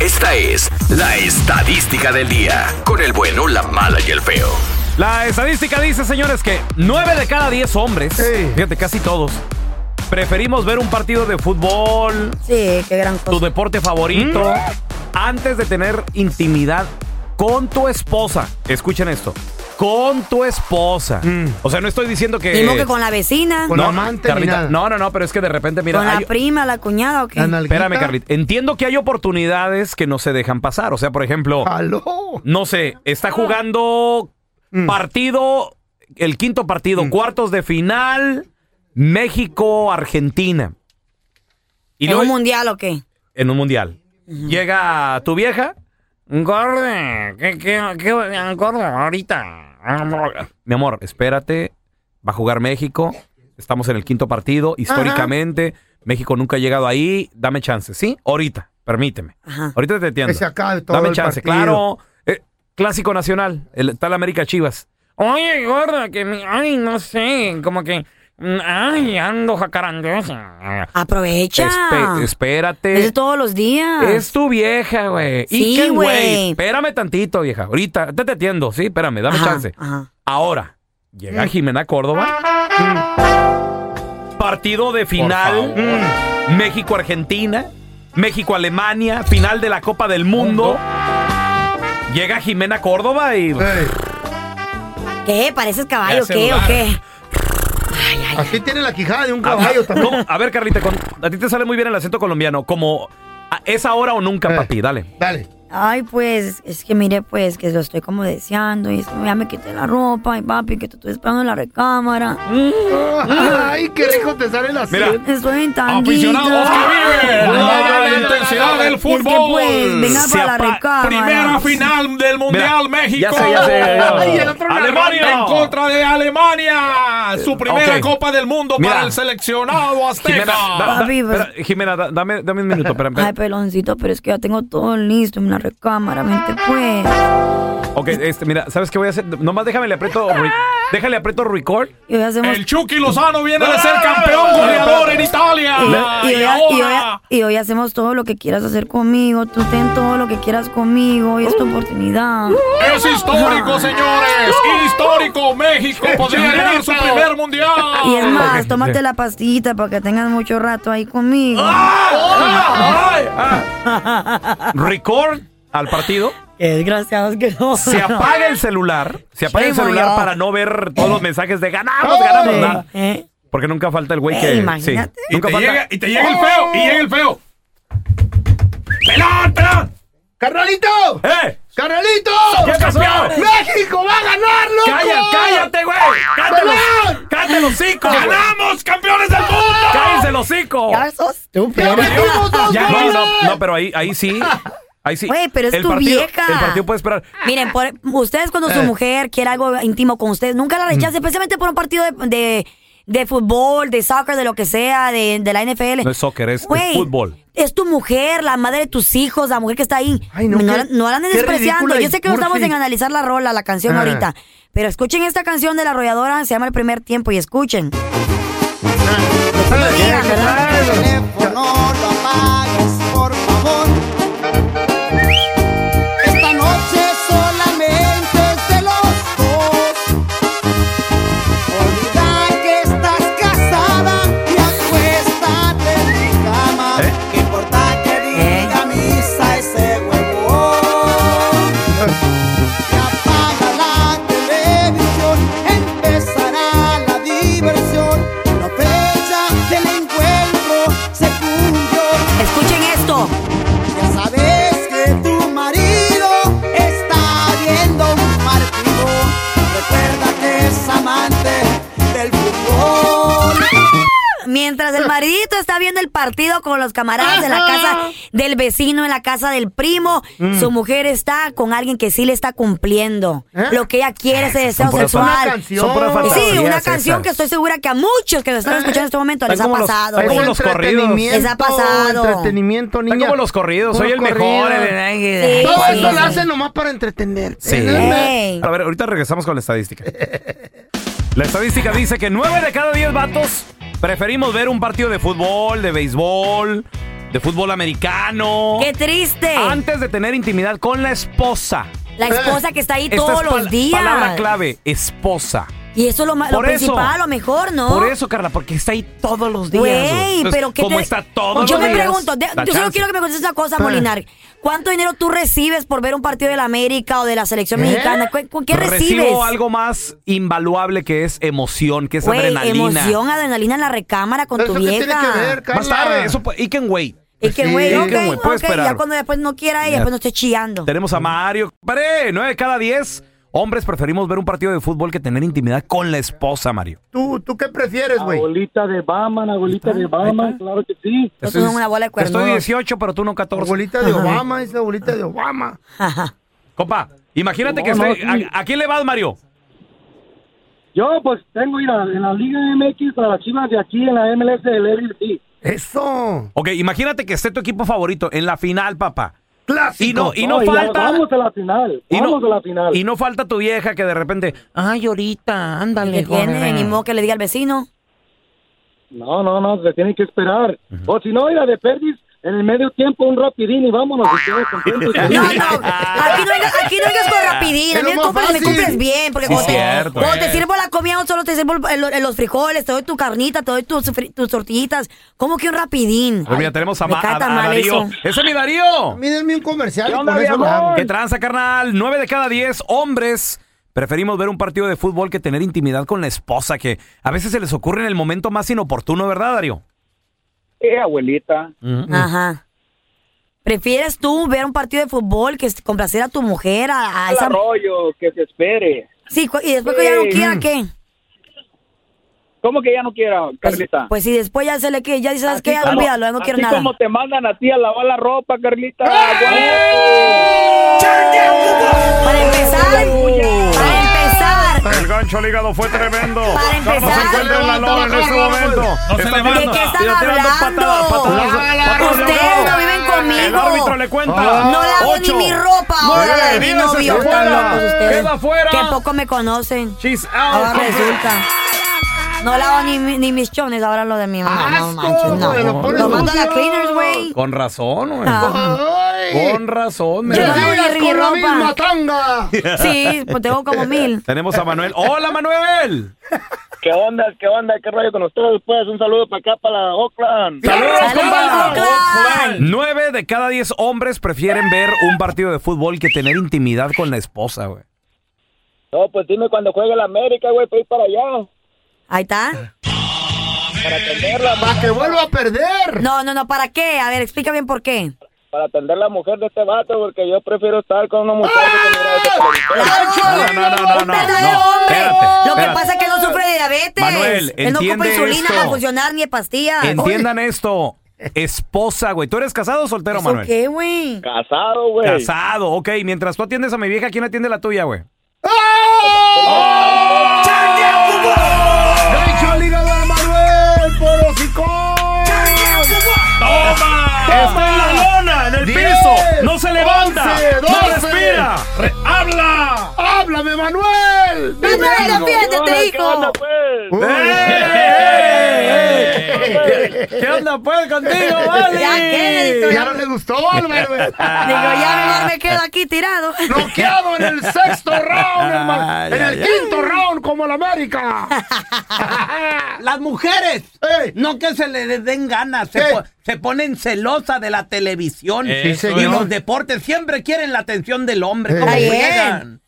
Esta es la estadística del día, con el bueno, la mala y el feo. La estadística dice, señores, que 9 de cada 10 hombres, fíjate, casi todos, preferimos ver un partido de fútbol, Sí, qué gran tu cosa. deporte favorito, Mm. antes de tener intimidad con tu esposa. Escuchen esto. Con tu esposa. O sea, no estoy diciendo que... Ni modo que con la vecina, Mm. Con- la amante ni Carlita, nada. no, no, no, pero es que de repente, mira, con la hay- prima, la cuñada o qué. La nalguita. espérame, Carlita, entiendo que hay oportunidades que no se dejan pasar. O sea, por ejemplo, Aló. no sé, está jugando Mm. partido, el quinto partido, cuartos de final, México-Argentina. Y ¿En luego un mundial o qué? en un mundial. Llega tu vieja. Gorda, ¿qué, qué, qué, gorda, ahorita. Mi amor, espérate. Va a jugar México. Estamos en el quinto partido. Históricamente, México nunca ha llegado ahí. Dame chance, ¿sí? Ahorita, permíteme. Ajá. Ahorita te entiendo. Que se acabe todo Dame el chance, partido. claro. Eh, clásico nacional. El, está la América Chivas. Oye, gorda, que mi- ay, no sé, como que mm, ay, ando jacarandosa. Aprovecha. Espe- espérate. Es de todos los días. Es tu vieja, güey. Sí, ¿Y qué, güey. Espérame tantito, vieja. Ahorita, te, te atiendo, sí, espérame, dame Ajá, chance. ajá. Ahora, llega Jimena Córdoba. Mm. Partido de final. Mm. México-Argentina. México-Alemania. Final de la Copa del Mundo. Llega Jimena Córdoba y. Ey, ¿Qué? ¿Pareces caballo? Ya, ¿Qué o celular. qué? así tiene la quijada de un caballo también. ¿Cómo? A ver, Carlita, con- a ti te sale muy bien el acento colombiano. Como a- es ahora o nunca, Eh. papi. Dale. Dale. Ay, pues, es que mire, pues, que lo estoy como deseando. Y es que ya me quité la ropa. Y papi, que te estoy esperando en la recámara. Mm. Ay, qué rico te sale la Mira. Estoy en tanguita. Aficionados que viven la Ay, ay, ay, intensidad ay, ay. del Es que, fútbol. pues, venga Se para la apa- recámara. Primera final del Mundial México. sé, ya sé, ya sé. Ay, el otro Alemania En contra de Alemania, su primera ok. Copa del Mundo Mira. para el seleccionado Jimena, da- azteca. da- Papi, pues- espera, Jimena, da- dame, dame un minuto. espera, espera. Ay, peloncito, pero es que ya tengo todo listo en la recámara. Vente, pues. Ok, este, mira, ¿sabes qué voy a hacer? Nomás déjame le aprieto, re- déjale aprieto record. Y hoy hacemos... El Chucky Lozano viene de ser campeón goleador en Italia. Y, y Y hoy, y ahora, hoy- y hoy hacemos todo lo que quieras hacer conmigo. Tú ten todo lo que quieras conmigo. Y es Uh. tu oportunidad. es histórico, señores. Histórico. México podría ganar su primer mundial. Y es más, tómate la pastillita para que tengas mucho rato ahí conmigo. Ah. Record al partido. Qué desgraciados que no. Se apaga el celular. Se apaga el Sí, celular moyo. para no ver todos los mensajes de ganamos, ganamos. Sí, nada. ¿eh? Porque nunca falta el güey Eh, que. sí, imagínate. Y nunca te, falta. llega, y te llega el feo. Y llega el feo. ¡Pelón, pelón! ¡Carnalito! ¡Eh! ¡Carnalito! ¿Qué pasó? ¡México va a ganar, loco! ¡Cállate, cállate, güey! ¡Cállate los, ¡Pelón! cállate los cinco! ¡Ganamos, campeones del mundo! ¡Cállate los cinco! Ya sos- ¡Ya metimos dos Ya, no, goles! no, no, pero ahí, ahí sí. Ahí sí. Güey, pero es tu partido, vieja. El partido puede esperar. Miren, por- ustedes cuando Eh. su mujer quiere algo íntimo con ustedes, nunca Mm. la rechacen, especialmente por un partido de, de- de fútbol, de soccer, de lo que sea, de, de la NFL. No es soccer, es- es Güey, fútbol. Es tu mujer, la madre de tus hijos, la mujer que está ahí. Ay, no, no, qué- la- no la anden qué despreciando. ridícula Yo y sé que no estamos cursi. en analizar la rola, la canción Ah. ahorita. Pero escuchen esta canción de la arrolladora, se llama El primer tiempo y escuchen. Ah, teléfono lo apagues, por favor. Esta noche solamente es de los dos. Olvida que estás casada y acuéstate en mi cama. ¿Qué importa que diga misa ese huevón? Y apaga la televisión, empezará la diversión. La fecha del encuentro se cumplió. Escuchen esto. Ya sabes que tu marido está viendo un partido. Recuerda que es amante del fútbol. Mientras el maridito está viendo el partido con los camaradas en la casa del vecino, en la casa del primo, su mujer está con alguien que sí le está cumpliendo lo que ella quiere, Ah, ese deseo puras sexual. canciones. Son puras sí, una fantasías canción esas. que estoy segura que a muchos que lo están escuchando en este momento les Están ha como los- pasado. están güey. como los corridos. Les ha pasado. Entretenimiento, niña. Está como los corridos, soy el Puros mejor. corridos. el- Sí, Todo sí, Eh, esto lo sí. hacen nomás para entretener. Sí. Ey. A ver, ahorita regresamos con la estadística. La estadística dice que 9 de cada 10 vatos preferimos ver un partido de fútbol, de béisbol, de fútbol americano. ¡Qué triste! Antes de tener intimidad con la esposa. La esposa que está ahí Esta todos es pal- los días. Palabra clave, esposa. Y eso es lo, ma- lo Por eso. principal, lo mejor, ¿no? Por eso, Carla, porque está ahí todos los días. güey. Güey, Entonces, pero ¿qué Como te- está todos Yo los me días, pregunto, de- da yo solo chance. quiero que me contestes una cosa, Molinar. ¿Cuánto dinero tú recibes por ver un partido de la América o de la selección ¿Eh? mexicana? ¿Cu- cu- ¿Qué recibes? Recibo algo más invaluable que es emoción, que es Güey, adrenalina. emoción, adrenalina en la recámara con ¿Pero tu eso qué vieja. tiene que ver, Carla? Más tarde, eso pu- it can wait. Y que, Sí, güey, sí, ok, que, güey, puede ok, esperar. ya cuando después no quiera ella, Ya. después no esté chillando. Tenemos a Mario. ¡Pare! 9 de cada 10 hombres preferimos ver un partido de fútbol que tener intimidad con la esposa, Mario. ¿Tú, ¿Tú qué prefieres, güey? Abuelita de Baman, abuelita de Baman, claro que sí. Nosotros somos Pues una bola de cuernos. Estoy 18, pero tú no 14. Abuelita de Obama, es la abuelita de Obama. Compa, imagínate que No, esté. no, sí. ¿a, a quién le vas, Mario? Yo pues tengo ir en la Liga MX a las chivas de aquí en la MLS del RC. Eso. Ok, imagínate que esté tu equipo favorito en la final, papá. Clásico. Y no, y no, falta. Vamos a la final, y no- vamos a la final. y no falta tu vieja que de repente. Ay, ahorita, ándale, Que tiene, gorda". ni modo que le diga al vecino. No, no, no, se tienen que esperar. O si no, mira, de perdis en el medio tiempo un rapidín y vámonos. y quedas contento No, y feliz. no, aquí no vengas, aquí no vengas con rapidina, Es lo me más compras, me fácil. compras bien, porque Sí, cuando, te, cierto. eh. cuando te sirvo la comida, no solo te sirvo el- el- los frijoles, te doy tu carnita, te doy tus, fri- tus tortillitas, como que un rapidín. Pues mira, tenemos a, Me Ma- cae a- tan a mal Darío. eso. ¡Ese es mi Darío! Mírenme un comercial. ¿Qué y onda, con mi eso amor? hablamos. ¿Qué tranza, carnal? 9 de cada 10 hombres preferimos ver un partido de fútbol que tener intimidad con la esposa, que a veces se les ocurre en el momento más inoportuno, ¿verdad, Darío? Eh, abuelita. Ajá. ¿Prefieres tú ver un partido de fútbol que es- complacer a tu mujer, a, a Al esa... arroyo, que se espere. Sí, cu- y después que ya no Sí. quiera, ¿qué? ¿Cómo que ya no quiera, Pues, Carlita? pues si después ya se le que ya dices, ¿sabes Así qué? Ya, como- Olvídalo, ya no quiero así nada. ¡Eh! como te mandan a ti a lavar la ropa, Carlita. Ah, Para empezar, para empezar, El gancho al hígado fue tremendo. Para empezar. Carlos se encuentra en la lona en este momento. No se levanta. ¿de qué están hablando? Ustedes no viven El conmigo. árbitro le cuenta. No lavo Ocho, ni mi ropa ahora, la de mi nueve, diez, novio. está Están fuera. locos ustedes. Queda fuera. Que poco me conocen. She's Ahora out. resulta. No lavo ni, mi- ni mis chones, ahora lo de mi mamá. No Asco, manches, no. güey, lo pones Lo mando a la sucio. cleaners, güey. Con razón, güey. Ah, ¡Ay! Con razón, me Yo da- no- ¡Llegas mi con la ropa. misma tanga! Sí, pues tengo como mil. Tenemos a Manuel. ¡Hola, Manuel! ¿Qué onda? ¿Qué onda? ¿Qué rollo con ustedes? Pues un saludo para acá, para Oakland. ¡Saludos, ¡Saludos, compa! Oakland! Nueve de cada diez hombres prefieren ver un partido de fútbol que tener intimidad con la esposa, güey. No, pues dime cuando juegue la América, güey, para ir para allá. Ahí está. Para atender la, ¡Para que vuelva a perder! No, no, no, ¿para qué? A ver, explica bien por qué. para atender la mujer de este vato, porque yo prefiero estar con una muchacha que mira ese No, película. no, no, no, no, un verdadero no, hombre. espérate, Lo que espérate. pasa es que él no sufre de diabetes. Manuel, él no compra entiende insulina esto. para funcionar ni de pastillas. Ah, Entiendan esto. Esposa, güey. ¿Tú eres casado o soltero, ¿Eso Manuel? qué, güey? Casado, güey. Casado, ok. Mientras tú atiendes a mi vieja, ¿quién atiende la tuya, güey? ¡Gancho al hígado de Manuel! ¡Por hocicón! ¡Toma! ¡Está en la lona, en el Diez, piso! ¡No se levanta! once, ¡No doce. respira! Re- ¡Habla! ¡Háblame, Manuel! ¡Dime Manuel, algo! defiéndete, ¿Qué onda, hijo. pues? Uy. ¡Eh! ¿Qué onda, pues, contigo, vale? Ya, ¿qué? Digo, ¡Ya no le gustó al Manuel! ya mejor Ah. me quedo aquí tirado. ¡Noqueado en el sexto round, hermano! Ay, ¡En ay, el quinto round, como la América! Las mujeres, Ey. no que se les den ganas, se, Ey. po- se ponen celosas de la televisión Sí, y señor. los deportes, siempre quieren la atención del hombre. Ey. ¿cómo Está bien. juegan?